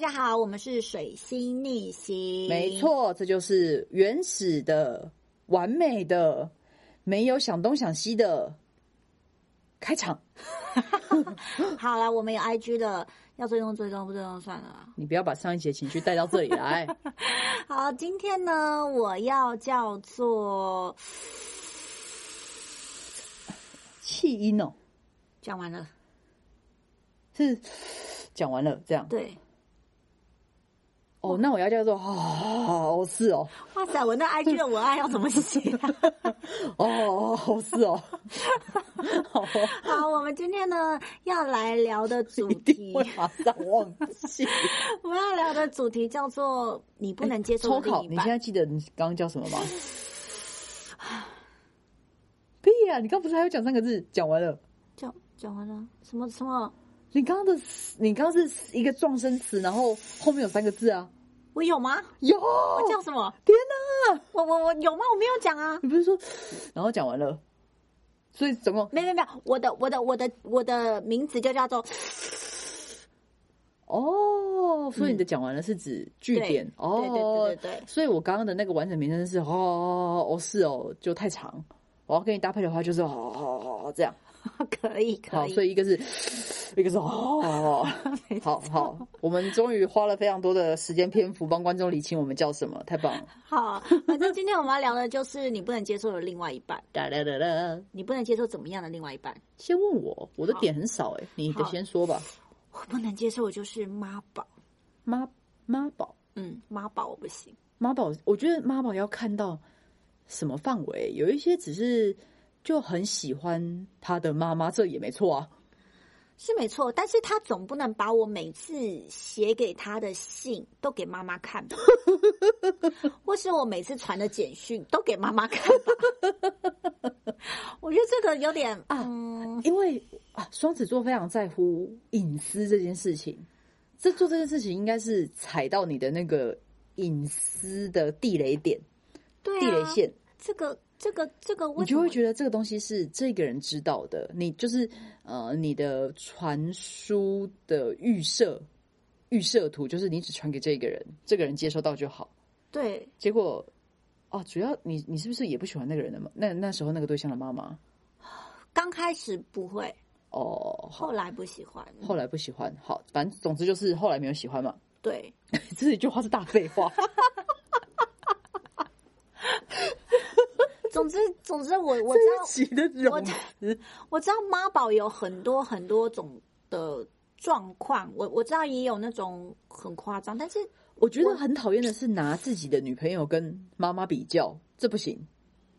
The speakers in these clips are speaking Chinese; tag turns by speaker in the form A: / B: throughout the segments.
A: 家好，我们是水星逆行，
B: 没，错，这就是原始的、完美的、没有想东想西的开场。
A: 好了，我们有 IG 的，要追踪追踪，不追踪算了啦。
B: 你不要把上一节情绪带到这里来。
A: 好，今天呢，我要叫做
B: 气音哦，
A: 讲完了，
B: 是讲完了这样。
A: 对，
B: 哦，那我要叫做哦，是哦，
A: 哇塞，我那 IG 的文案要怎么写、啊？
B: 哦，是哦，好哦，
A: 好，我们今天呢要来聊的主
B: 一定
A: 题，
B: 会马上忘记。
A: 我们要聊的主题叫做“你不能接受
B: 抽
A: 的
B: 考，
A: 另
B: 你
A: 一
B: 现在
A: 半
B: 记得你刚刚叫什么吗？ 屁呀、你刚不是还有讲三个字？讲完了。”。
A: 讲讲完了，什么什么？
B: 你刚刚的“你刚刚是一个撞声词，然后后面有三个字啊？
A: 我有吗？
B: 有，
A: 我叫什么？
B: 天哪！
A: 我我我有吗？我没有讲啊。
B: 你不是说，然后讲完了，所以总共
A: 没没没有，我的我的我的我的名字就叫做
B: 哦，所以你的讲完了是指句点、哦，
A: 对对对对对
B: 所以我刚刚的那个完整名称是哦哦哦是哦，就太长。我要跟你搭配的话就是哦哦哦哦这样，
A: 可以可
B: 好，所
A: 以，
B: 以一个是，一个是哦哦 哦，好好，我们终于花了非常多的时间篇幅帮观众理清我们叫什么，太棒了！
A: 好，反正今天我们要聊的就是你不能接受的另外一半，
B: 哒哒哒哒，
A: 你不能接受怎么样的另外一半？
B: 先问我，我的点很少哎、你的
A: 好
B: 先说吧。
A: 我不能接受的就是妈宝，
B: 妈妈宝，
A: 嗯，妈宝我不行。
B: 妈宝，我觉得妈宝要看到什么范围，有一些只是就很喜欢他的妈妈，这也没错啊。
A: 是没错，但是他总不能把我每次写给他的信都给妈妈看 吧，或是我每次传的简讯都给妈妈看吧。 我觉得这个有点
B: 啊
A: 嗯，
B: 因为啊，双子座非常在乎隐私这件事情，这做这件事情应该是踩到你的那个隐私的地雷点、
A: 对、啊，
B: 地雷线，
A: 这个这个这个，
B: 你
A: 为什
B: 就
A: 么
B: 会觉得这个东西是这个人知道的，你就是呃，你的传输的预设预设图就是你只传给这个人，这个人接收到就好。
A: 对
B: 结果哦，主要你你是不是也不喜欢那个人的嘛？那那时候那个对象的妈妈
A: 刚开始不会，
B: 哦，好，
A: 后来不喜欢，
B: 后来不喜欢，好，反正总之就是后来没有喜欢嘛。
A: 对，
B: 这一句话是大废话，
A: 总之总之我我知道
B: 这一集的
A: 我
B: 容
A: 知
B: 词
A: 我知道妈宝有很多很多种的状况，我我知道也有那种很夸张，但是
B: 我觉得很讨厌的是拿自己的女朋友跟妈妈比较，这不行。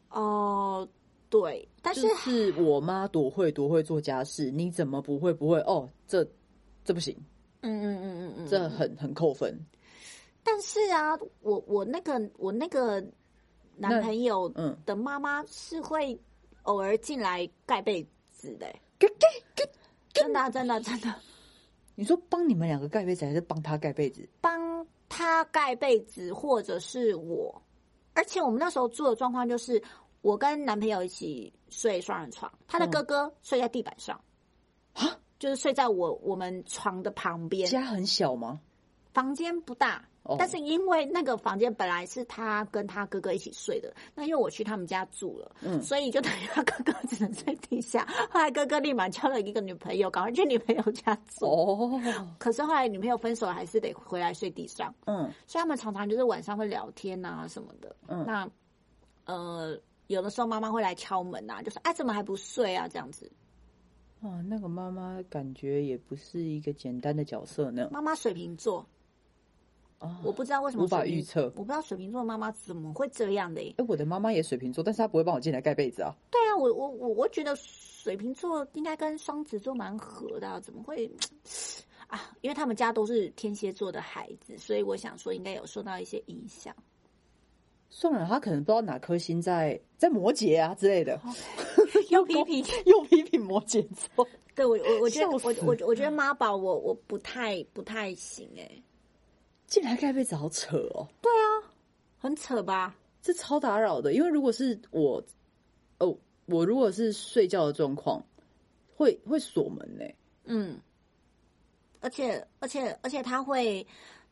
A: 哦、对，但是
B: 就是我妈多会多会做家事，你怎么不会不会？哦，这这不行，
A: 嗯嗯嗯嗯嗯，
B: 这很很扣分。
A: 但是啊，我我那个我那个男朋友
B: 嗯，
A: 的妈妈是会偶尔进来盖被子的、欸真的啊、真的啊、真的
B: 你说帮你们两个盖被子，还是帮他盖被子？
A: 帮他盖被子或者是我，而且我们那时候住的状况就是我跟男朋友一起睡双人床，他的
B: 嗯
A: 哥哥睡在地板上，
B: 啊
A: 就是睡在我我们床的旁边，
B: 家很小吗？
A: 房间不大，
B: 哦
A: 但是因为那个房间本来是他跟他哥哥一起睡的，那因为我去他们家住了，
B: 嗯
A: 所以就等于他哥哥只能睡地下。 后来哥哥立马交了一个女朋友，赶快去女朋友家住。
B: 哦，
A: 可是后来女朋友分手，还是得回来睡地上，
B: 嗯
A: 所以他们常常就是晚上会聊天啊什么的。
B: 嗯
A: 那呃，有的时候妈妈会来敲门啊，就说：“哎，怎么还不睡啊？”这样子，
B: 啊，那个妈妈感觉也不是一个简单的角色呢。
A: 妈妈水瓶座，
B: 啊，
A: 我不知道为什么
B: 无法
A: 水瓶
B: 预测
A: 我不知道水瓶座的妈妈怎么会这样的耶。欸
B: 哎，我的妈妈也水瓶座，但是她不会帮我进来盖被子啊。
A: 对啊，我我我我觉得水瓶座应该跟双子座蛮合的啊、怎么会啊？因为他们家都是天蝎座的孩子，所以我想说应该有受到一些影 响。
B: 算了，她可能不知道哪颗星在在摩羯啊之类的，
A: 又批评，
B: 又批评摩羯座。
A: 对我我我觉得
B: 笑
A: 我
B: 死
A: 我我觉得妈宝我我不太不太行哎、
B: 进来盖被子好扯哦。
A: 很扯吧？
B: 这超打扰的，因为如果是我，哦，我如果是睡觉的状况，会会锁门呢、
A: 嗯，而且而且而且他会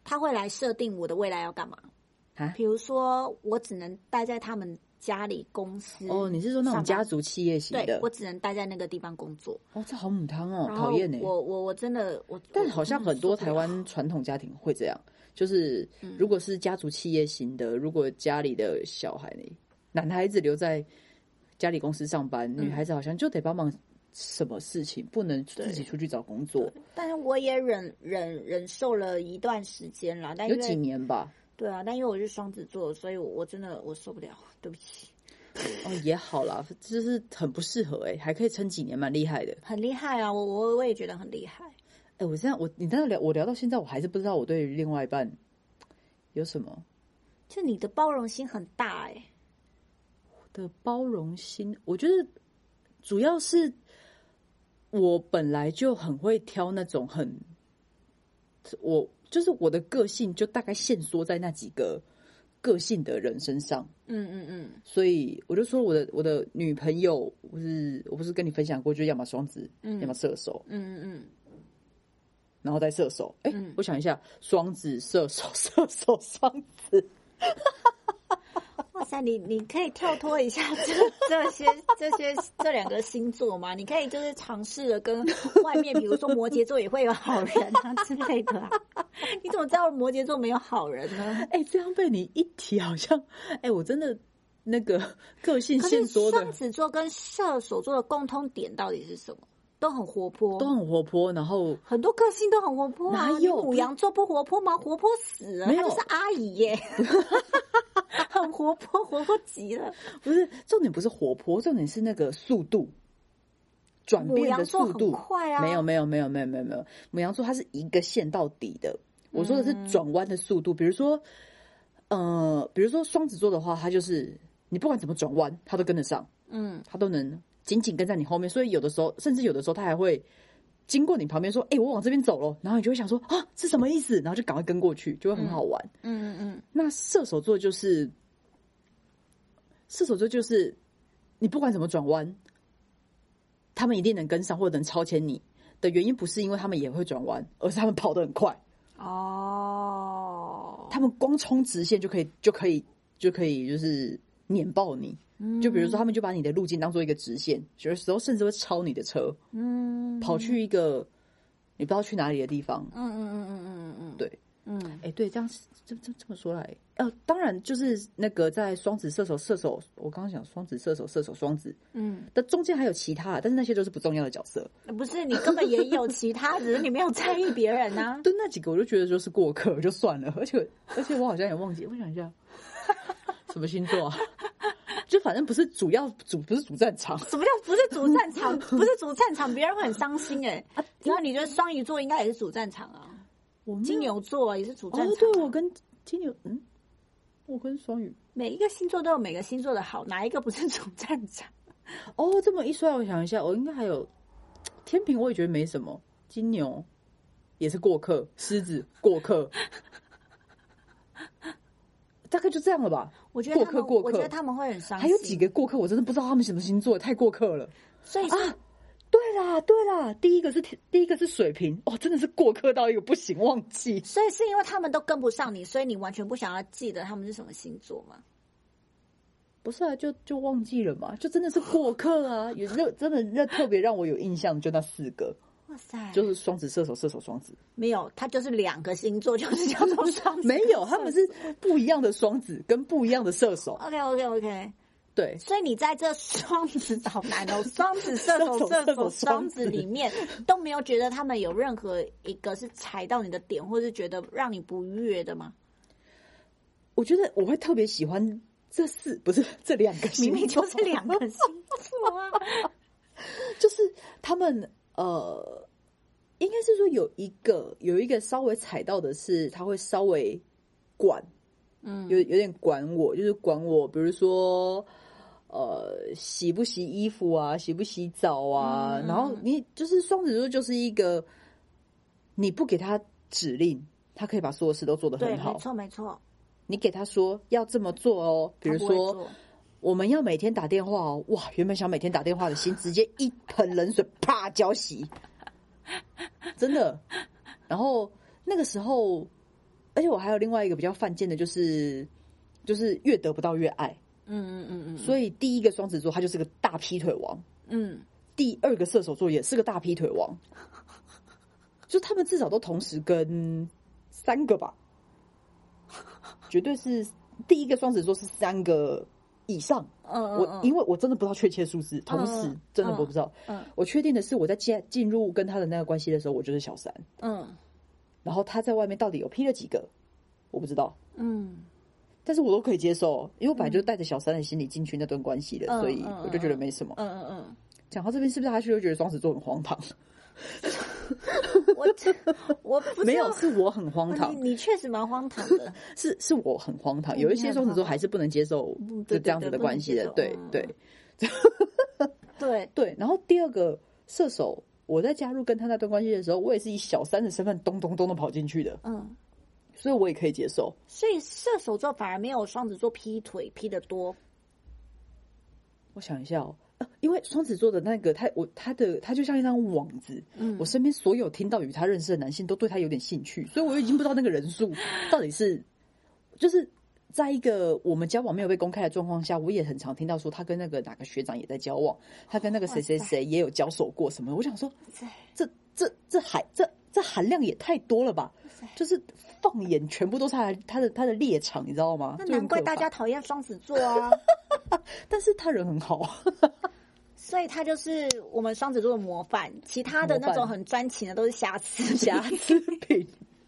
A: 他会来设定我的未来要干嘛
B: 啊。
A: 比如说，我只能待在他们家里、公司。
B: 哦，你是说那种
A: 嗯上班
B: 家族企业型
A: 对
B: 的
A: 我？只能待在那个地方工作。
B: 哦，这好母汤哦，
A: 然后
B: 讨厌呢。
A: 我我我真的我，
B: 但
A: 我
B: 好像
A: 真的
B: 很多
A: 受不
B: 台
A: 了嗯
B: 湾传统家庭会这样，就是如果是家族企业型的，如果家里的小孩男孩子留在家里公司上班，
A: 嗯
B: 女孩子好像就得帮忙什么事情，不能自己出去找工作，
A: 但是我也忍忍忍受了一段时间啦，但
B: 有
A: 因
B: 几
A: 为
B: 年吧。
A: 对啊，但因为我是双子座，所以我我真的我受不了， 对不起，
B: 哦，也好啦，就是很不适合哎、还可以撑几年，蛮厉害的。
A: 很厉害啊，我我我也觉得很厉害。
B: 哎、我这样我你这样聊，我聊到现在，我还是不知道我对于另外一半有什么
A: 就你的包容心很大哎、
B: 的包容心。我觉得主要是我本来就很会挑那种很，我就是我的个性就大概限缩在那几个个性的人身上，
A: 嗯嗯嗯
B: 所以我就说我的我的女朋友，我是我不是跟你分享过，就是要么双子，
A: 嗯
B: 要么射手，
A: 嗯嗯
B: 然后再射手。哎、
A: 嗯
B: 我想一下，双子、射手、 射手、双子。
A: 嗯，哇塞，你你可以跳脱 一下这这些这些这两个星座吗？你可以就是尝试了跟外面，比如说摩羯座也会有好人啊之类的、 啊，你怎么知道摩羯座没有好人呢？
B: 哎、这样被你一提，好像哎、我真的那个个性
A: 可
B: 限
A: 是
B: 缩的
A: 双子座跟射手座的共通点到底是什么？都很活泼，
B: 哦都很啊活泼，然后
A: 很多个性都很活泼啊。
B: 哪有
A: 你母羊座不活泼吗？活泼死了，
B: 没
A: 她
B: 有
A: 就是阿姨耶， 很活泼，活泼极了。
B: 不是重点，不是活泼，重点是那个速度转
A: 母
B: 变
A: 羊
B: 的
A: 座
B: 速
A: 很
B: 度。
A: 快啊，
B: 没有没有没有没有没有没有，母羊座它是一个线到底的。我说的是转弯的速度，比如说，呃，比如说双子座的话，它就是你不管怎么转弯，它都跟得上，
A: 嗯，
B: 它都能紧紧跟在你后面。所以有的时候，甚至有的时候，它还会经过你旁边说：“哎、我往这边走了。”然后你就会想说：“啊，是什么意思？”然后就赶快跟过去，就会很好玩。
A: 嗯嗯嗯，
B: 那射手座就是射手座就是你不管怎么转弯，他们一定能跟上或者能超前你。的原因不是因为他们也会转弯，而是他们跑得很快，
A: 哦，
B: 他们光冲直线就可以就可以就可以就是碾爆你。就比如说，他们就把你的路径当做一个直线，有的时候甚至会超你的车，
A: 嗯，
B: 跑去一个你不知道去哪里的地方。
A: 嗯嗯嗯嗯嗯嗯嗯，
B: 对，
A: 嗯
B: 哎、对，这样是这这这么说来，呃，当然就是那个在双子、射手、射手，我刚刚讲双子、射手、射手、双子，
A: 嗯，
B: 但中间还有其他，但是那些都是不重要的角色。
A: 不是，你根本也有其他人，你没有在意别人啊。
B: 对那几个，我就觉得就是过客就算了，而且而且我好像也忘记，我想一下， 什么星座啊？ 就反正不是主要主，不是主战场。
A: 什么叫不是主战场？不是主战场，别人会很伤心哎、欸。然后你觉得双鱼座应该也是主战场啊，
B: 我没有
A: 金牛座也是主战场、啊
B: 哦，对我跟金牛，嗯，我跟双鱼。
A: 每一个星座都有每个星座的好，哪一个不是主战场？
B: 哦，这么一说来，我想一下，哦我应该还有天平，我也觉得没什么。金牛也是过客，狮子过客，大概就这样了吧。
A: 我觉得他们，
B: 过客过客
A: 我觉得他们会很伤心。
B: 还有几，个过客，我真的不知道他们什么星座，太过客了。啊
A: 所以说、
B: 对啦，对啦，第一个是天第一个是水瓶，哦，真的是过客到一个不行，忘记。
A: 所以是因为他们都跟不上你，所以你完全不想要记得他们是什么星座嘛？
B: 不是啊，就就忘记了嘛，就真的是过客啊。有那真的那特别让我有印象，就那四个，
A: 哇塞，
B: 就是双子、射手、射手、双子。
A: 没有，他就是两个星座，就是叫做双子。
B: 没有，他们是不一样的双子跟不一样的射手。
A: OK OK OK，
B: 对，
A: 所以你在这双子好难 哦，双子、射手、
B: 手
A: 射
B: 射
A: 手、
B: 手
A: 双
B: 双
A: 子
B: 子
A: 里面都没有觉得他们有任何一个是踩到你的点，或是觉得让你不悦的吗？
B: 我觉得我会特别喜欢这四，不是这两个星座，
A: 明明就是两个星座啊！
B: 就是他们呃，应该是说有一个有一个稍微踩到的是，他会稍微管，
A: 嗯
B: 有有点管我，就是管我，比如说。呃，洗不洗衣服啊，洗不洗澡啊，
A: 嗯
B: 然后你就是双子座，就是一个你不给他指令，他可以把所有事都做得
A: 对，
B: 很
A: 没
B: 好。
A: 错没错。
B: 你给他说要这么做哦，比如
A: 他不会
B: 说
A: 做
B: 我们要每天打电话哦，哇，原本想每天打电话的心，直接一盆冷水啪浇熄，真的。然后那个时候，而且我还有另外一个比较犯贱的，就是就是越得不到越爱。
A: 嗯嗯嗯
B: 所以第一个双子座他就是个大劈腿王，
A: 嗯
B: 第二个射手座也是个大劈腿王， 就他们至少都同时跟三个吧，绝对是第一个双子座是三个以上。
A: 嗯嗯，
B: 我因为我真的不知道确切数字，同时
A: 嗯
B: 真的我不知道。
A: 嗯
B: 我确定的是，我在进进入跟他的那个关系的时候，我就是小三，
A: 嗯
B: 然后他在外面到底有劈了几个，我不知道。
A: 嗯
B: 但是我都可以接受，因为我本来就带着小三的心理进去那段关系的，
A: 嗯
B: 所以
A: 嗯
B: 我就觉得没什么。
A: 嗯嗯
B: 讲到这边，是不是他就觉得双子座很荒唐？
A: 嗯，我这我不知道
B: 没有，是我很荒唐
A: 你，你确实蛮荒唐的，
B: 是是我很荒唐。
A: 嗯
B: 有一
A: 你
B: 些
A: 很
B: 双子座
A: 荒唐
B: 还是不能接受
A: 嗯
B: 这
A: 对对
B: 这样子
A: 对
B: 的
A: 不
B: 关
A: 能
B: 系
A: 接
B: 的
A: 受，
B: 对
A: 嗯
B: 对
A: 嗯对，
B: 对。然后第二个射手，我在加入跟他那段关系的时候，我也是以小三的身份咚咚咚的跑进去的，
A: 嗯，
B: 所以我也可以接受。
A: 所以射手座反而没有双子座劈腿劈得多，
B: 我想一下哦，呃因为双子座的那个他，我他的他就像一张网子，
A: 嗯
B: 我身边所有听到与他认识的男性都对他有点兴趣，所以我已经不知道那个 人数到底是，就是在一个我们交往没有被公开的状况下，我也很常听到说他跟那个哪个学长也在交往，他跟那个谁谁
A: 哇塞
B: 谁也有交手过什么的，我想说
A: 塞
B: 这这这含这这含量也太多了吧
A: 塞，
B: 就是放眼全部都是他的他的他的猎场，你知道吗？
A: 那
B: 就很
A: 难怪
B: 可怕
A: 大家，讨厌双子座啊，
B: 但是他人很好啊。
A: 所以他就是我们双子座的模范，其他的那
B: 模范
A: 种很专情的都是瑕疵
B: 瑕
A: 品。
B: 疵品。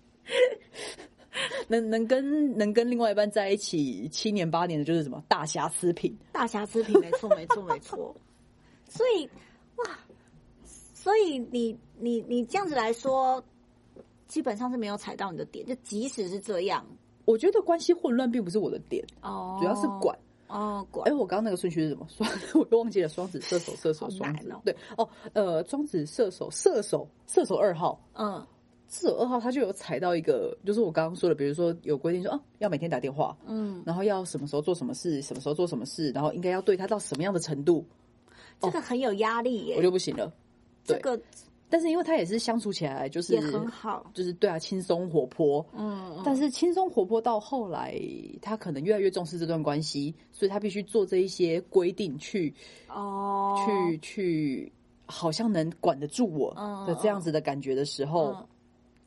B: 能能跟能跟另外一半在一起七年八年的，就是什么大瑕疵品。
A: 大瑕疵品，没错，没错，没错。 所以，哇，所以你你你这样子来说，基本上是没有踩到你的点。就即使是这样，
B: 我觉得关系混乱并不是我的点，
A: 哦
B: 主要是管。
A: 哦
B: 哎、
A: 管，
B: 我刚刚那个顺序是什么？ 双，我又忘记了。双子、射手、射手、
A: 好
B: 双
A: 难
B: 子
A: 哦。
B: 对，哦，呃，双子、射手、射手、射手二号，
A: 嗯
B: 射手二号他就有踩到一个，就是我刚刚说的，比如说有规定说啊，要每天打电话，
A: 嗯，
B: 然后要什么时候做什么事，什么时候做什么事，然后应该要对他到什么样的程度，
A: 这个很有压力
B: 哦我
A: 耶，
B: 就不行了。
A: 这
B: 对
A: 个
B: 但是因为他也是相处起来就是
A: 也很好。
B: 就是对啊，轻松活泼。
A: 嗯，
B: 但是轻松活泼到后来，他可能越来越重视这段关系，所以他必须做这一些规定去、
A: 哦，
B: 去去，好像能管得住我
A: 嗯
B: 的这样子的感觉的时候，
A: 嗯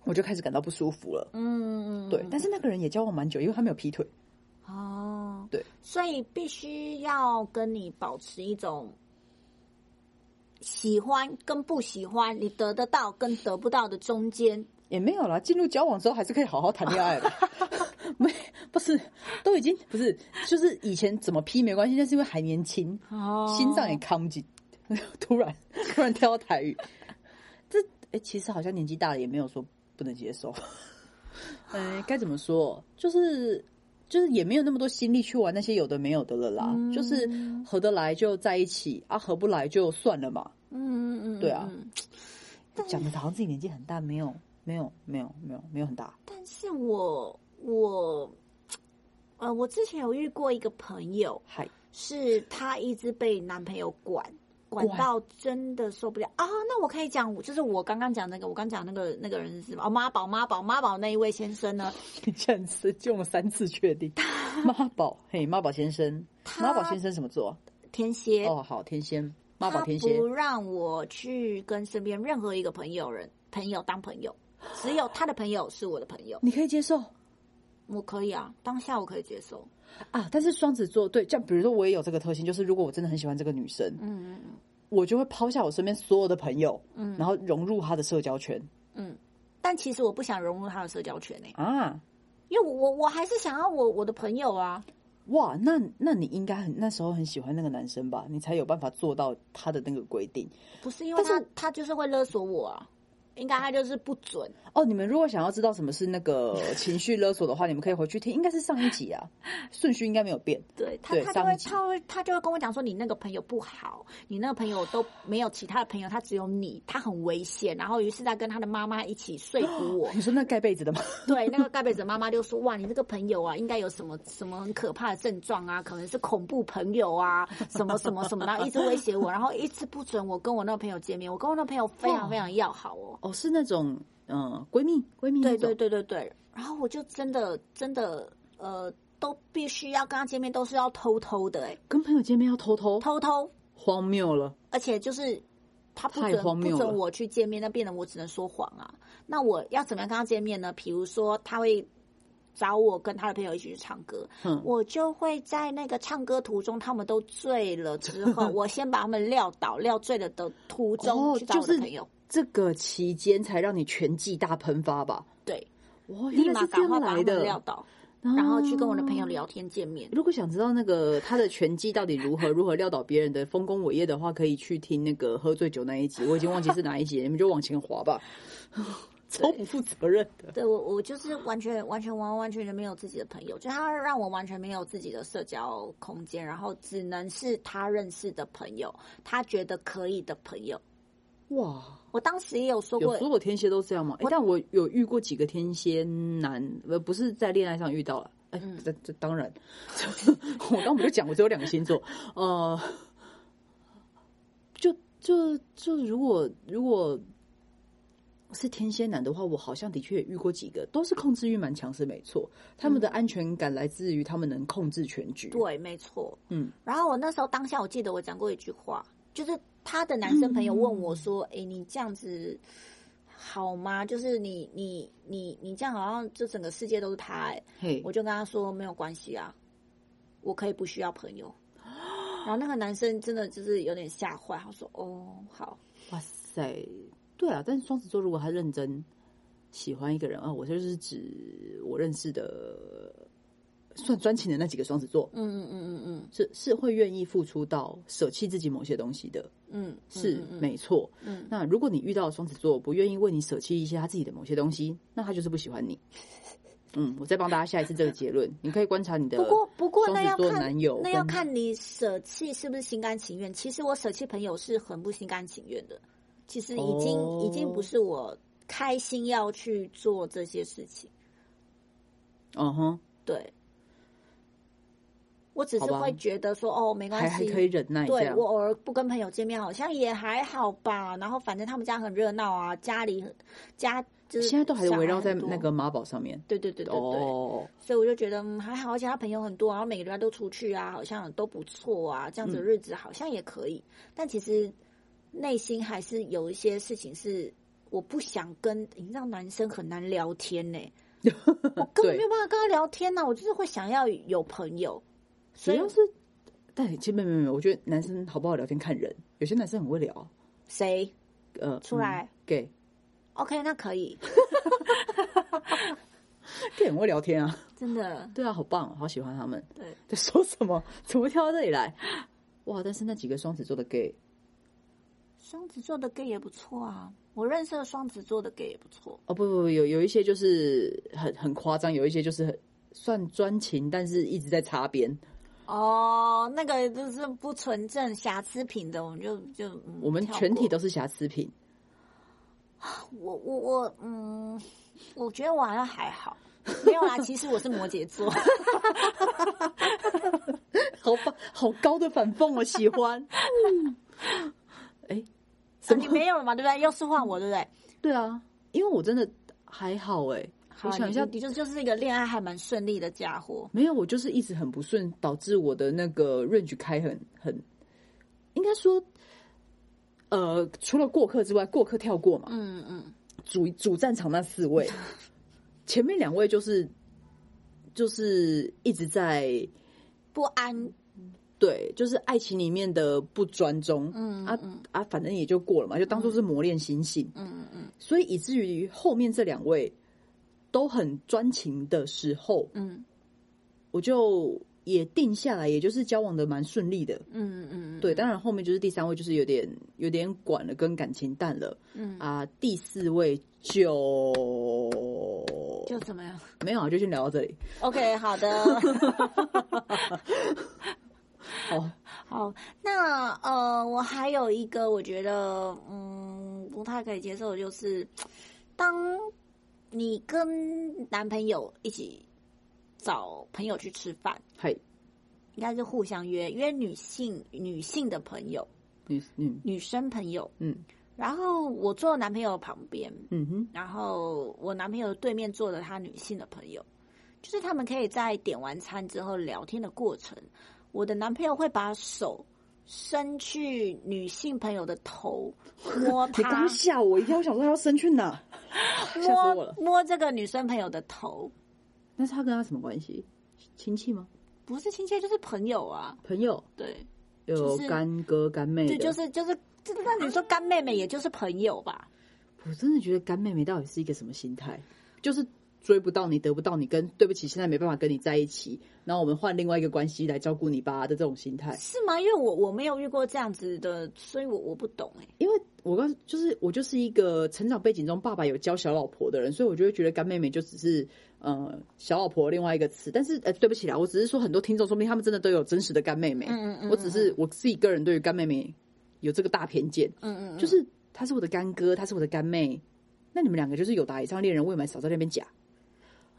B: 我就开始感到不舒服了。
A: 嗯，嗯
B: 对，但是那个人也交往蛮久，因为他没有劈腿。
A: 哦，
B: 对，
A: 所以必须要跟你保持一种喜欢跟不喜欢，你得得到跟得不到的中间。
B: 也没有啦，进入交往之后还是可以好好谈恋 爱的。没不是，都已经不是，就是以前怎么劈没关系，但是因为还年轻，
A: 哦
B: 心脏也扛不起， 突然 突然跳到台语， 这哎、诶其实好像年纪大了也没有说不能接受， 呃，该怎么说，就是就是也没有那么多心力去玩那些有的没有的了啦，
A: 嗯
B: 就是合得来就在一起啊，合不来就算了嘛。
A: 嗯嗯嗯，
B: 对啊
A: 嗯
B: 讲的好像自己年纪很大，没有没有没有没有没有很大，
A: 但是我我呃，我之前有遇过一个朋友，
B: 嗨，
A: 是她一直被男朋友管。管
B: 管
A: 到真的受不了啊！那我可以讲，就是我刚刚讲那个，我刚讲那个那个人是什么？哦，妈宝妈宝妈宝那一位先生呢？
B: 你竟然是用了三次确定， 妈宝嘿，妈宝先生，
A: 他
B: 妈宝先生什么座？
A: 天蝎
B: 哦，好，天蝎，妈宝
A: 他
B: 天蝎
A: 不，让我去跟身边任何一个朋友人朋友当朋友，只有他的朋友是我的朋友，
B: 你可以接受。
A: 我可以啊，当下我可以接受。
B: 啊，但是双子座对，像比如说我也有这个特性，就是如果我真的很喜欢这个女生，
A: 嗯嗯
B: 我就会抛下我身边所有的朋友，
A: 嗯
B: 然后融入她的社交圈
A: 嗯，但其实我不想融入他的社交圈呢、
B: 啊。
A: 因为我我我还是想要我我的朋友啊。
B: 哇，那那你应该很那时候很喜欢那个男生吧？你才有办法做到他的那个规定
A: 不是因为
B: 但
A: 他
B: 是
A: 他就是会勒索我啊，应该他就是不准。
B: 哦。你们如果想要知道什么是那 个情绪勒索的话，你们可以回去听，应该是上一集啊，顺序应该没有变。
A: 对他
B: 对
A: 他就
B: 上一
A: 会
B: 集
A: 他会他就会跟我讲说你那个朋友不好，你那个朋友都没有其他的朋友，他只有你，他很危险。然后于是他跟他的妈妈一起说服我
B: ，你说那盖被子的吗？
A: 对，那个盖被子妈妈就说：“哇，你这个朋友啊，应该有什么什么很可怕的症状啊，可能是恐怖朋友啊，什么什么什么，然后一直威胁我，然后一直不准我跟我那个朋友见面。我跟我那个朋友非常非常要好哦，
B: 哦，是那种嗯、嗯闺蜜闺蜜
A: 对
B: 那种
A: 对对对对。然后我就真的真的呃，都必须要跟他见面，都是要偷偷的、欸，
B: 跟朋友见面要偷偷，
A: 偷偷，
B: 荒谬了。
A: 而且就是他不
B: 太
A: 准
B: 荒
A: 不
B: 谬了
A: 准我去见面，那变得我只能说谎啊。那我要怎么样跟他见面呢？比如说他会找我跟他的朋友一起去唱歌，
B: 嗯，
A: 我就会在那个唱歌途中，他们都醉了之 后，我先把他们撂倒，撂醉了的途中
B: 哦
A: 去找我
B: 就
A: 的
B: 是
A: 朋友，
B: 这个期间才让你全季大喷发吧？
A: 对，
B: 哇，
A: 立
B: 哦原来
A: 马
B: 是这
A: 赶快
B: 样
A: 把他
B: 来
A: 们
B: 的。
A: 撂倒，
B: 啊
A: 然后去跟我的朋友。聊天见面。
B: 如果想知道那个他的拳击到底如何如何撂倒别人的丰功伟业的话，可以去听那个喝醉酒那一集，我已经忘记是哪一集，你们就往前滑 吧，超不负责任的。
A: 对我，我就是完全、完全、完完全全没有自己的朋友，就他让我完全没有自己的社交空间，然后只能是他认识的朋友，他觉得可以的朋友。
B: 哇，
A: 我当时也有说
B: 有
A: 过，
B: 所有天蝎都这样吗？诶但我有遇过几个天蝎男，呃，不是在恋爱上遇到了，哎、这这当然， 我刚不就讲我只有两个星座，呃，就就就如果如果是天蝎男的话，我好像的确也遇过几个，都是控制欲蛮强是没错，他们的安全感来自于他们能控制全局，
A: 对，没错。
B: 嗯，
A: 然后我那时候当下，我记得我讲过一句话，就是他的男生朋友问我说：“诶，你这样子好吗？就是你你你你这样好像就整个世界都是他、欸诶
B: 嘿
A: 我，就跟他说：“没有关系啊，我可以不需要朋 友。”然后那个男生真的就是有点吓坏，他说：“哦，好，
B: 哇塞，对啊，但是双子座如果他认真喜欢一个人啊，我就是指我认识的算专情的那几个双子座，
A: 嗯嗯嗯嗯
B: 是是会愿意付出到舍弃自己某些东西的，
A: 嗯嗯，
B: 是
A: 嗯嗯
B: 没错。
A: 嗯
B: 那如果你遇到双子座不愿意为你舍弃一些他自己的某些东西，那他就是不喜 欢你。嗯，我再帮大家下一次这个结论，你可以观察你的
A: 不过不过那
B: 双
A: 要
B: 子座
A: 看
B: 男友
A: 那要
B: 跟
A: 看你舍弃是不是心甘情愿。其实我舍弃朋友是很不心甘情愿的，其实已经、已经不
B: 哦
A: 是我开心要去做这些事情。
B: 嗯哼，
A: 对，我只是
B: 好吧
A: 会觉得说哦，没关
B: 还
A: 系，
B: 还可以忍耐这
A: 对
B: 样
A: 我。偶尔不跟朋友见面，好像也还好吧。然后反正他们家很热闹啊，家里很家就是
B: 现在都还
A: 小孩
B: 围绕在
A: 很多
B: 那个妈宝上面。
A: 对对对对对，
B: 哦，
A: 所以我就觉得、嗯、还好，而且他朋友很多，然后每个礼拜都出去啊，好像都不错啊，这样
B: 嗯
A: 子的日子好像也可以。但其实内心还是有一些事情是我不想跟，你让男生很难聊天 呢、我根本
B: 对
A: 没有办法跟他聊天呐、我就是会想要有朋友，
B: 主
A: 所以
B: 要是，但其实没有没有没有，我觉得男生好不好聊天看人，有些男生很会聊啊，
A: 谁
B: 呃，
A: 出来、
B: gay
A: OK 那可以，
B: gay 很会聊天啊，
A: 真的
B: 对啊，好棒哦，好喜欢他们。
A: 对。
B: 在说什么？怎么跳到这里来？哇！但是那几个双子座的 gay，
A: 双子座的 gay 也不错啊，我认识的双子座的 gay 也不错。
B: 哦不不不，有有一些就是很很夸张，有一些就是很算专情，但是一直在擦边。
A: 哦，那个就是不纯正、瑕疵品的，我们就就、嗯、
B: 我们
A: 跳过
B: 全体都是瑕疵品。
A: 我我我嗯，我觉得我好像还好，没有 啦。其实我是摩羯座，
B: 好吧，好高的反讽，我喜欢。 哎、
A: 啊
B: 怎
A: 你
B: 么？
A: 没有了嘛，对不对？又是换我，对不对？
B: 对啊，因为我真的还 好哎、
A: 好
B: 我
A: 啊
B: 想一下
A: 你，你就就是一个恋爱还蛮顺利的家伙。
B: 没有，我就是一直很不顺，导致我的那个 range 开很很，应该说，呃，除了过客之外，过客跳过嘛，
A: 嗯嗯，
B: 主主战场那四 位，前面两位就是就是一直在
A: 不安，
B: 对，就是爱情里面的不专中，
A: 嗯
B: 啊
A: 嗯
B: 啊，反正也就过了嘛，就当做是磨练心性，
A: 嗯嗯
B: 所以以至于后面这两位都很专情的时候，
A: 嗯
B: 我就也定下来，也就是交往的蛮顺利的。
A: 嗯嗯嗯，
B: 对，当然后面就是第三位，就是有点有点管了，跟感情淡了
A: 嗯，
B: 啊。第四位就
A: 就怎么样
B: 没有啊，就先聊到 这里。
A: ？OK，好的。
B: 好，
A: 好，那呃，我还有一个我觉得嗯不太可以接受的就是，当你跟男朋友一起找朋友去吃饭，
B: 嗨，
A: 应该是互相约约女性女性的朋友、
B: 女嗯
A: 女生朋友，
B: 嗯，
A: 然后我坐我男朋友旁边，
B: 嗯哼，
A: 然后我男朋友对面坐着他女性的朋友，就是他们可以在点完餐之后聊天的过程，我的男朋友会把手伸去女性朋友的 头，摸
B: 你刚
A: 她，
B: 吓我一跳，我想说他要伸去哪，吓死我
A: 摸
B: 了。
A: 摸这个女生朋友的头，
B: 那他跟他什么关系？亲戚吗？
A: 不是亲戚就是朋友啊，
B: 朋友？
A: 对，
B: 有
A: 就是
B: 干哥干妹的？
A: 对，就是就是，这那你说干妹妹也就是朋友吧？
B: 我真的觉得干妹妹到底是一个什么心态？就是追不到你，得不到你，跟对不起，现在没办法跟你在一起，然后我们换另外一个关系来照顾你吧的这种心态。
A: 是吗？因为我我没有遇过这样子的，所以我我不懂哎、
B: 因为我告诉，就是我就是一个成长背景中爸爸有教小老婆的人，所以我就会觉得干妹妹就只是呃小老婆另外一个词。但是呃，对不起啦，我只是说很多听众说明他们真的都有真实的干妹妹。
A: 嗯嗯嗯
B: 我只是我自己个人对于干妹妹有这个大偏见，
A: 嗯嗯嗯，
B: 就是她是我的干哥，她是我的干妹。那你们两个就是有打以上恋人未满，少在那边假。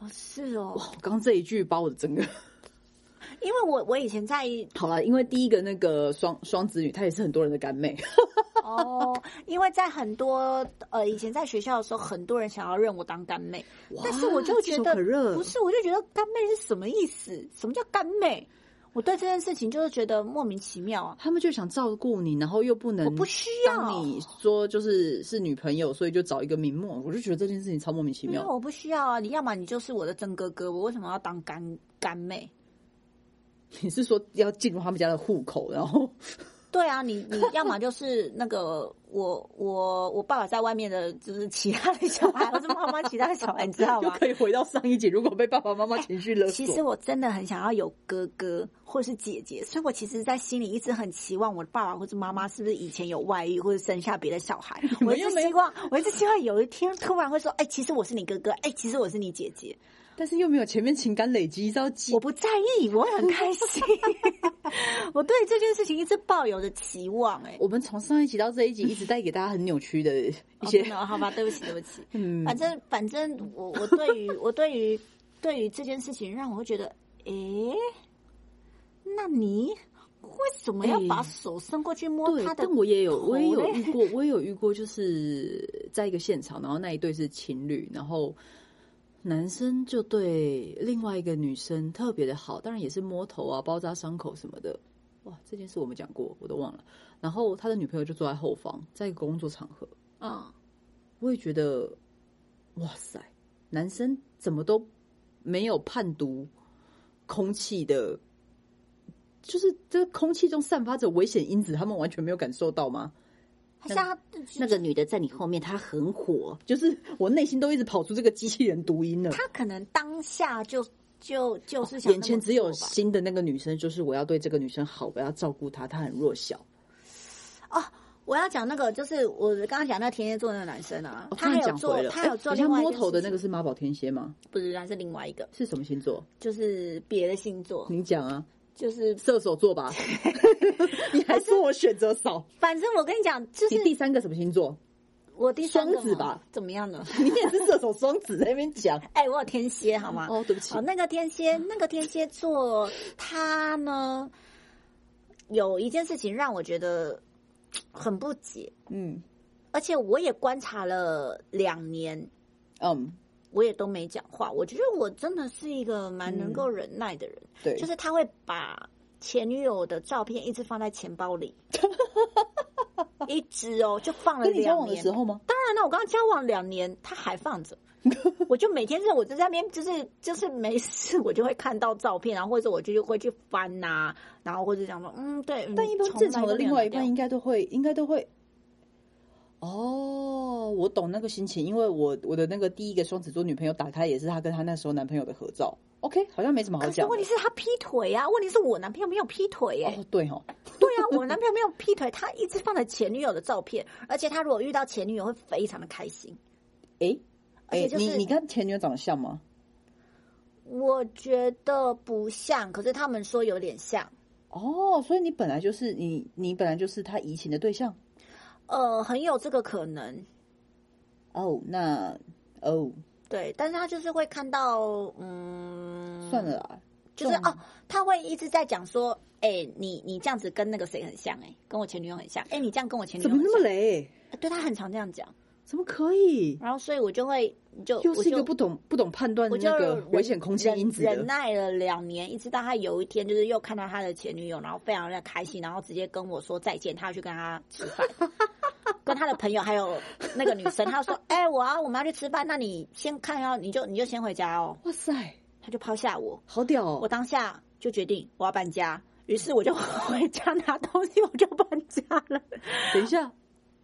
A: 哦是哦，
B: 哇，我刚刚这一句把我的整个
A: 因为我我以前在
B: 好了，因为第一个那个双双子女，她也是很多人的干妹。
A: 哦，因为在很多呃以前在学校的时候，很多人想要认我当干妹，但是我就
B: 哇
A: 觉
B: 炙手
A: 得
B: 可热
A: 不是，我就觉得干妹是什么意思？什么叫干妹？我对这件事情就是觉得莫名其妙啊，
B: 他们就想照顾你，然后又不能
A: 我不需要
B: 当你说就是是女朋友，所以就找一个名目，我就觉得这件事情超莫名其
A: 因为
B: 妙。
A: 我不需要啊，你要么你就是我的真哥哥，我为什么要当干干妹？
B: 你是说要进入他们家的户口，然后
A: 对啊，你你要么就是那个我我我爸爸在外面的，就是其他的小孩，我是妈妈其他的小孩，你知道
B: 又
A: 吗？
B: 可以回到上一集？如果被爸爸妈妈情绪勒
A: 啊其实
B: 索，
A: 我真的很想要有哥哥或是姐姐，所以我其实，在心里一直很期望我的爸爸或者妈妈是不是以前有外遇或者生下别的小 孩。
B: 们
A: 我一直
B: 又没有
A: 希望，我一直希望有一天突然会说：“哎、其实我是你哥哥，哎、其实我是你姐姐。
B: 但是又没有前面情感累积，到”积
A: 我。不在意，我会很开心。 我对这件事情一直抱有着期望、哎，
B: 我们从上一集到这一集，一直带给大家很扭曲的一
A: 哦
B: 些
A: 真的哦啊好吧，对不起，对不起。
B: 嗯
A: 反正反正我我对于我对于对于这件事情，让我会觉得，诶、那你为什么要
B: 诶
A: 把手伸过去摸
B: 哎对
A: 哦他，的？
B: 但我也有，我也有
A: 嘞
B: 遇过，我也有遇过，就是在一个现场，然后那一对是情侣，然后男生就对另外一个女生特别的好，当然也是摸头啊、包扎伤口什么的。哇，这件事我们讲过，我都忘了。然后他的女朋友就坐在后方，在一个工作场合，
A: 嗯，
B: 我也觉得，哇塞，男生怎么都没有判读空气的，就是这空气中散发着危险因子，他们完全没有感受到吗？
A: 好像他
C: 那个女的在你后面，她很火，
B: 就是我内心都一直跑出这个机器人读音了。
A: 他可能当下就就就是想
B: 眼前
A: 那么
B: 只有
A: 做吧
B: 新的那个女生，就是我要对这个女生好，我要照顾她，她很弱小。
A: 哦我要讲那个，就是我刚刚讲那个天蝎座那个男生啊，
B: 哦、
A: 他还
B: 突然
A: 有
B: 讲
A: 做
B: 回了，
A: 他有
B: 哎
A: 做
B: 等一下
A: 另外一
B: 摸
A: 件
B: 头的
A: 事
B: 那
A: 情
B: 个是妈宝天蝎吗？
A: 不是，那是另外一个，
B: 是什么星座？
A: 就是别的星座，
B: 你讲啊，
A: 就是
B: 射手座 吧？你还说我选择少？
A: 反正我跟你讲，就
B: 你
A: 是
B: 第三个什么星座？
A: 我第三个
B: 双子
A: 嘛
B: 吧，
A: 怎么样呢？
B: 你也是射手双子在那边讲。
A: 哎、我有天蝎，好吗？
B: 哦，对不起
A: 哦，，那个天 蝎，那个天蝎座，他呢有一件事情让我觉得很不解，
B: 嗯
A: 而且我也观察了两年，
B: 嗯，
A: 我也都没讲话。我觉得我真的是一个蛮能够忍耐的人，
B: 对，
A: 就是他会把前女友的照片一直放在钱包 里，一直哦，就放了
B: 跟你交
A: 两
B: 往的
A: 年
B: 时。候吗？
A: 当然了，我刚刚交往两年，他还放着， 我就每天是我就在那边，就是就是没事，我就会看到照片，啊然后或者我就会去翻呐、然后或者想说，嗯，对。嗯
B: 但一般
A: 从
B: 正常
A: 来
B: 的
A: 都没
B: 另
A: 有
B: 外一
A: 掉
B: 半应该都会，应该都会。哦，我懂那个心情，因为我我的那个第一个双子座女朋友打开也是她跟她那时候男朋友的合照。OK，好像没什么好
A: 可是
B: 讲的。
A: 问题是他劈腿啊，问题是我男朋友没有劈腿耶、
B: 哦，对哦，
A: 对啊，我男朋友没有劈腿，他一直放着前女友的照片，而且他如果遇到前女友会非常的开心。
B: 诶
A: 而
B: 诶，
A: 且就
B: 你
A: 是
B: 你跟前女友长得像吗？
A: 我觉得不像，可是他们说有点像。
B: 哦，所以你本来就是你你本来就是他移情的对象。
A: 呃，很有这个可能，
B: 哦，那哦
A: 对，但是他就是会看到，嗯，
B: 算了啦，
A: 就是
B: 这种
A: 哦，他会一直在讲说，哎、你你这样子跟那个谁很像、哎，跟我前女友很像，哎、你这样跟我前女
B: 怎
A: 友
B: 么
A: 很
B: 那
A: 像
B: 么雷？
A: 啊对他很常这样讲，
B: 怎么可以？
A: 然后所以我就会就
B: 又是一
A: 我
B: 个
A: 就
B: 不懂不懂判断
A: 我就
B: 那个
A: 忍
B: 危险空气因子
A: 忍忍
B: 的，
A: 耐了两年，一直到他有一天就是又看到他的前女友，然后非常的开心，然后直接跟我说再见，他要去跟他吃饭，跟他的朋友还有那个女生，他说：“哎、我要我们要去吃饭，那你先看要你就你就先回家哦。
B: 哇塞，”
A: 他就抛下我，
B: 好屌
A: 我
B: 哦！
A: 当下就决定我要搬家，于是我就 回家拿东西，我就搬家了。
B: 等一下，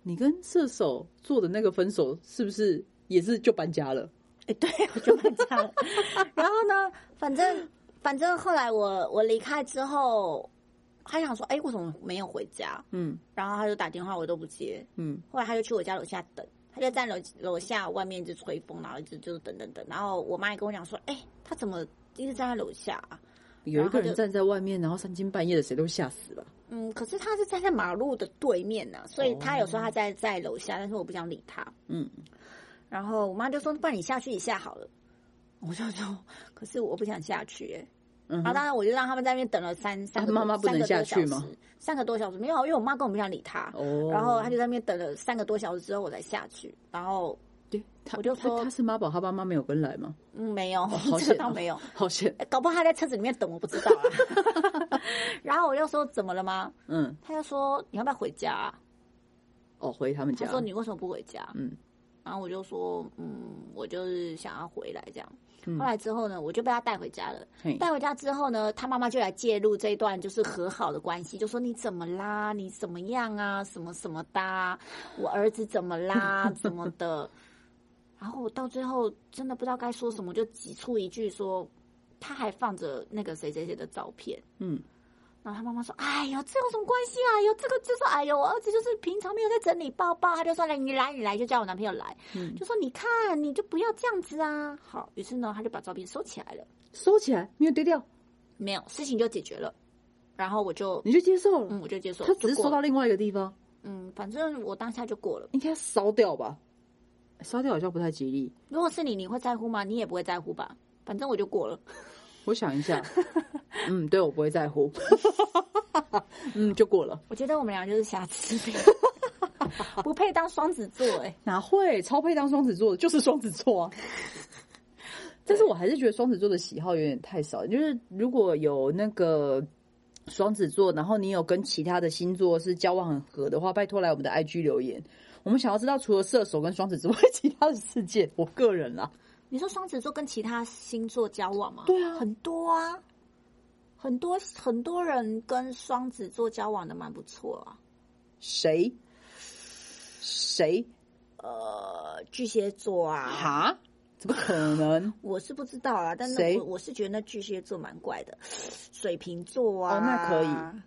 B: 你跟射手做的那个分手是不是也是就搬家了？
A: 哎，对，我就搬家了。 然后呢，反正反正后来我我离开之后，他想说，哎，为什么没有回家？
B: 嗯
A: 然后他就打电话，我都不接。
B: 嗯，
A: 后来他就去我家楼下等，他就在楼楼下外面一直吹风，然后一直就是等等等。然后我妈也跟我讲说，哎，他怎么一直站在楼下、啊？
B: 有一
A: 然后
B: 个
A: 他就
B: 人站在外面，然后三更半夜的，谁都吓死了。
A: 嗯，可是他是站在马路的对面呢、所以
B: 哦
A: 他有时候他在在楼下，但是我不想理他。
B: 嗯，
A: 然后我妈就说：“不然你下去一下好了。”我就说：“可是我不想下去、欸。”
B: 嗯
A: 然后
B: 哼，啊
A: 当然我就让他们在那边等了三三个多
B: 妈妈不能下去
A: 三
B: 吗？
A: 个多小时三个多小时没有，因为我妈根本不想理他。
B: 哦，
A: 然后他就在那边等了三个多小时之后，我才下去。然后
B: 对，他
A: 我就
B: 他
A: 说
B: 他是妈宝，他爸妈没有跟来 吗？
A: 嗯，没有，
B: 好
A: 这个
B: 险
A: 倒
B: 哦
A: 没有。
B: 好险，
A: 哎搞不好他在车子里面等，我不知道 啊。然后我就说：“怎么了吗
B: 嗯，？”
A: 他就说：“你要不要回家、啊？”
B: 哦，回他们
A: 他
B: 家，
A: 说：“你为什么不回家？”
B: 嗯，
A: 然后我就说：“嗯，我就是想要回来这样。”
B: 嗯
A: 后来之后呢，我就被他带回家了。
B: 嘿
A: 带回家之后呢，他妈妈就来介入这一段就是和好的关系，就说你怎么啦，你怎么样啊，什么什么的啊，我儿子怎么啦，怎么的。然后我到最后真的不知道该说什么，就挤出一句说，他还放着那个谁谁谁的照片。
B: 嗯，
A: 然后他妈妈说：“哎呦，这有什么关系啊？有这个就说，哎呦，我儿子就是平常没有在整理包包，他就说来你来你来，就叫我男朋友来，
B: 嗯
A: 就说你看你就不要这样子啊。”好，于是呢，他就把照片收起来了。
B: 收起来，没有丢掉，
A: 没有，事情就解决了。然后我就，
B: 你就接受了。
A: 嗯，我就接受，
B: 他只
A: 就
B: 是
A: 过
B: 收
A: 了
B: 到另外一个地方，
A: 嗯，反正我当下就过了。
B: 应该烧掉吧？烧掉好像不太吉 利。
A: 如果是你，你会在乎吗？你也不会在乎吧？反正我就过了。
B: 我想 一下，嗯，对我不会在 乎，嗯，就过了。
A: 我觉得我们俩就是瑕疵品， 不配当双子座、欸。
B: 哪会超配当双子座的，就是双子 座啊。但是我还是觉得双子座的喜好有点太少，就是如果有那个双子座，然后你有跟其他的星座是交往很合的话，拜托来我们的 IG 留言，我们想要知道除了射手跟双子之外，其他的世界。我个人啊啦，
A: 你说双子座跟其他星座交往吗？
B: 对啊
A: 很多啊，很多很多人跟双子座交往的蛮不错啊。
B: 谁谁
A: 呃，巨蟹座啊，
B: 哈？怎么可能？
A: 我是不知道啊，但是
B: 谁
A: 我我是觉得那巨蟹座蛮怪的，水瓶座啊，
B: 哦那可以。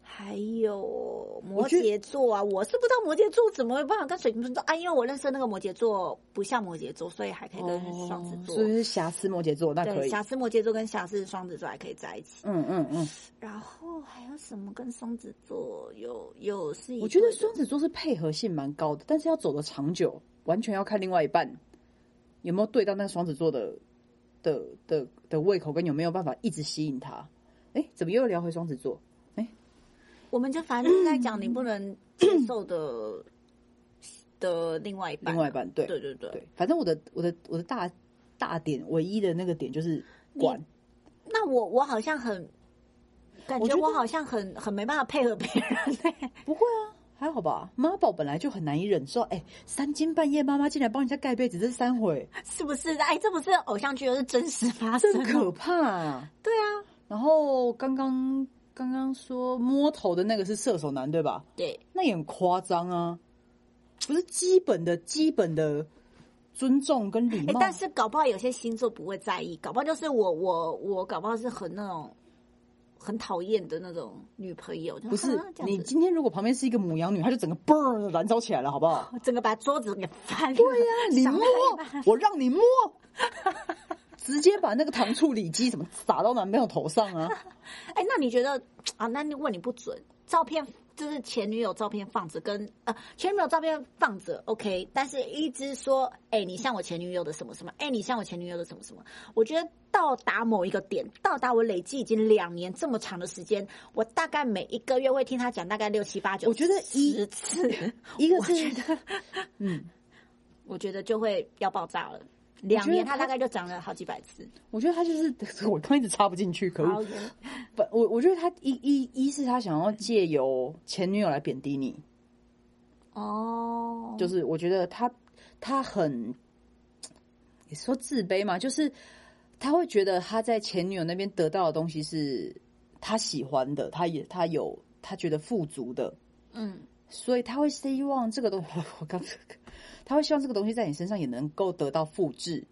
A: 还有摩
B: 觉得
A: 羯座啊，我是不知道摩羯座怎么有办法跟水瓶座啊，因为我认识的那个摩羯座不像摩羯座，所以还可以跟双子座
B: 是不是瑕疵摩羯座？哦那可
A: 对，
B: 以。
A: 瑕疵摩羯座跟瑕疵双子座还可以在一起。
B: 嗯嗯嗯，
A: 然后还有什么跟双子座有有是一对的？
B: 我觉得双子座是配合性蛮高的，但是要走得长久，完全要看另外一半有没有对到那个双子座的的的的胃口，跟有没有办法一直吸引他。哎，怎么又聊回双子座？
A: 我们就反正就是在讲你不能接受 的的另外一半，
B: 另外一半对
A: 对对对。
B: 对，反正我的我的我的大大点唯一的那个点就是管，
A: 那我我好像很。感
B: 我
A: 觉
B: 觉得
A: 我好像很很没办法配合别人 嘞、
B: 不会啊，还好吧。妈宝本来就很难以忍受，哎，三更半夜妈妈进来帮人家盖被子，这是三回，
A: 是不是？哎，这不是偶像剧，而是真实发生
B: 真
A: 的。
B: 可怕、啊。
A: 对啊，
B: 然后刚刚刚刚说摸头的那个是射手男对吧？
A: 对，
B: 那也很夸张啊，不是基本的基本的尊重跟礼
A: 哎、
B: 貌。
A: 但是搞不好有些星座不会在意，搞不好就是我我我搞不好是很那种很讨厌的那种女朋友，就
B: 不是
A: 啊这样
B: 你
A: 子
B: 今天如果旁边是一个母羊女，她就整个嘣地燃烧起来了，好不好？
A: 整个把桌子给翻了。 对呀、
B: 你摸，我让你摸，直接把那个糖醋里脊什么 撒到男朋友头上啊！
A: 哎，那你觉得啊？那你问你不准，照片就是前女友照片放着跟呃前女友照片放着 OK，但是一直说哎、你像我前女友的什么什么，哎、你像我前女友的什么什么，我觉得到达某一个点，到达我累积已经两年这么长的时间，我大概每一个月会听他讲大概六七八九，
B: 我觉得一
A: 十次，
B: 一个
A: 我
B: 是
A: 觉得
B: 嗯，
A: 我觉得就会要爆炸了。两
B: 觉得
A: 年他
B: 他
A: 大概就讲了好几百次，
B: 我觉得他就是，我刚一直插不进去，可
A: 好
B: 恶。不，我我觉得他一一一是他想要借由前女友来贬低你，
A: 哦，
B: 就是我觉得他他很，也说自卑嘛，就是他会觉得他在前女友那边得到的东西是他喜欢的，他也他有他觉得富足的，
A: 嗯，
B: 所以他会希望这个东西， 我刚他会希望这个东西在你身上也能够得到复制，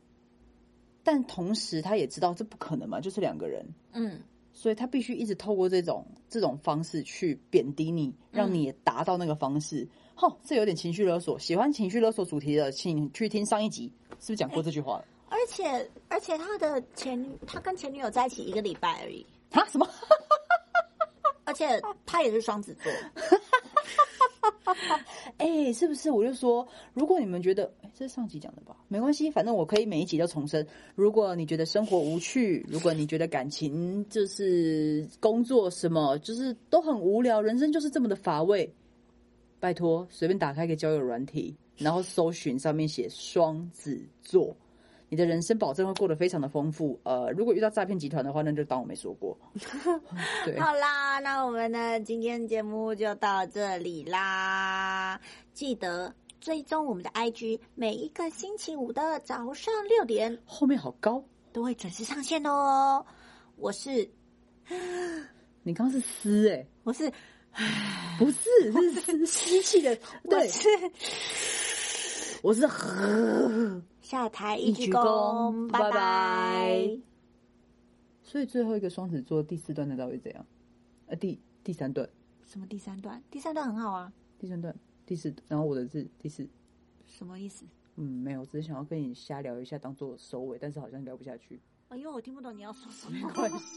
B: 但同时他也知道这不可能嘛，就是两个人，
A: 嗯，
B: 所以他必须一直透过这种这种方式去贬低你，让你也达到那个方式。吼，这有点情绪勒索。喜欢情绪勒索主题的，请去听上一集，是不是讲过这句话了？
A: 而且而且他的前女，他跟前女友在一起一个礼拜而已，
B: 啊？什么？
A: 而且他也是双子座，
B: 哎、是不是？我就说，如果你们觉得，哎、这是上集讲的吧？没关系，反正我可以每一集都重申。如果你觉得生活无趣，如果你觉得感情就是工作什么，就是都很无聊，人生就是这么的乏味，拜托，随便打开一个交友软体，然后搜寻上面写双子座，你的人生保证会过得非常的丰富。呃，如果遇到诈骗集团的话，那就当我没说过。对，
A: 好啦，那我们的今天节目就到这里啦，记得追踪我们的 IG，每一个星期五的早上六点
B: 后面好高，
A: 都会准时上线哦。我是
B: 你刚刚是撕哎、
A: 我是
B: 不是，是湿湿气的。
A: 我
B: 对，
A: 是
B: 我是呵。
A: 下台一鞠
B: 鞠
A: 躬，
B: 躬
A: 拜
B: 拜
A: 拜
B: 拜。所以最后一个双子座第四段的到底怎样？呃，第第三段，
A: 什么第三段？第三段很好啊，
B: 第三段，第四，然后我的是第四。
A: 什么意思？
B: 嗯，没有，只是想要跟你瞎聊一 下，当做收尾，但是好像聊不下去，
A: 哎呦，我听不懂你要说什么
B: 没。关系。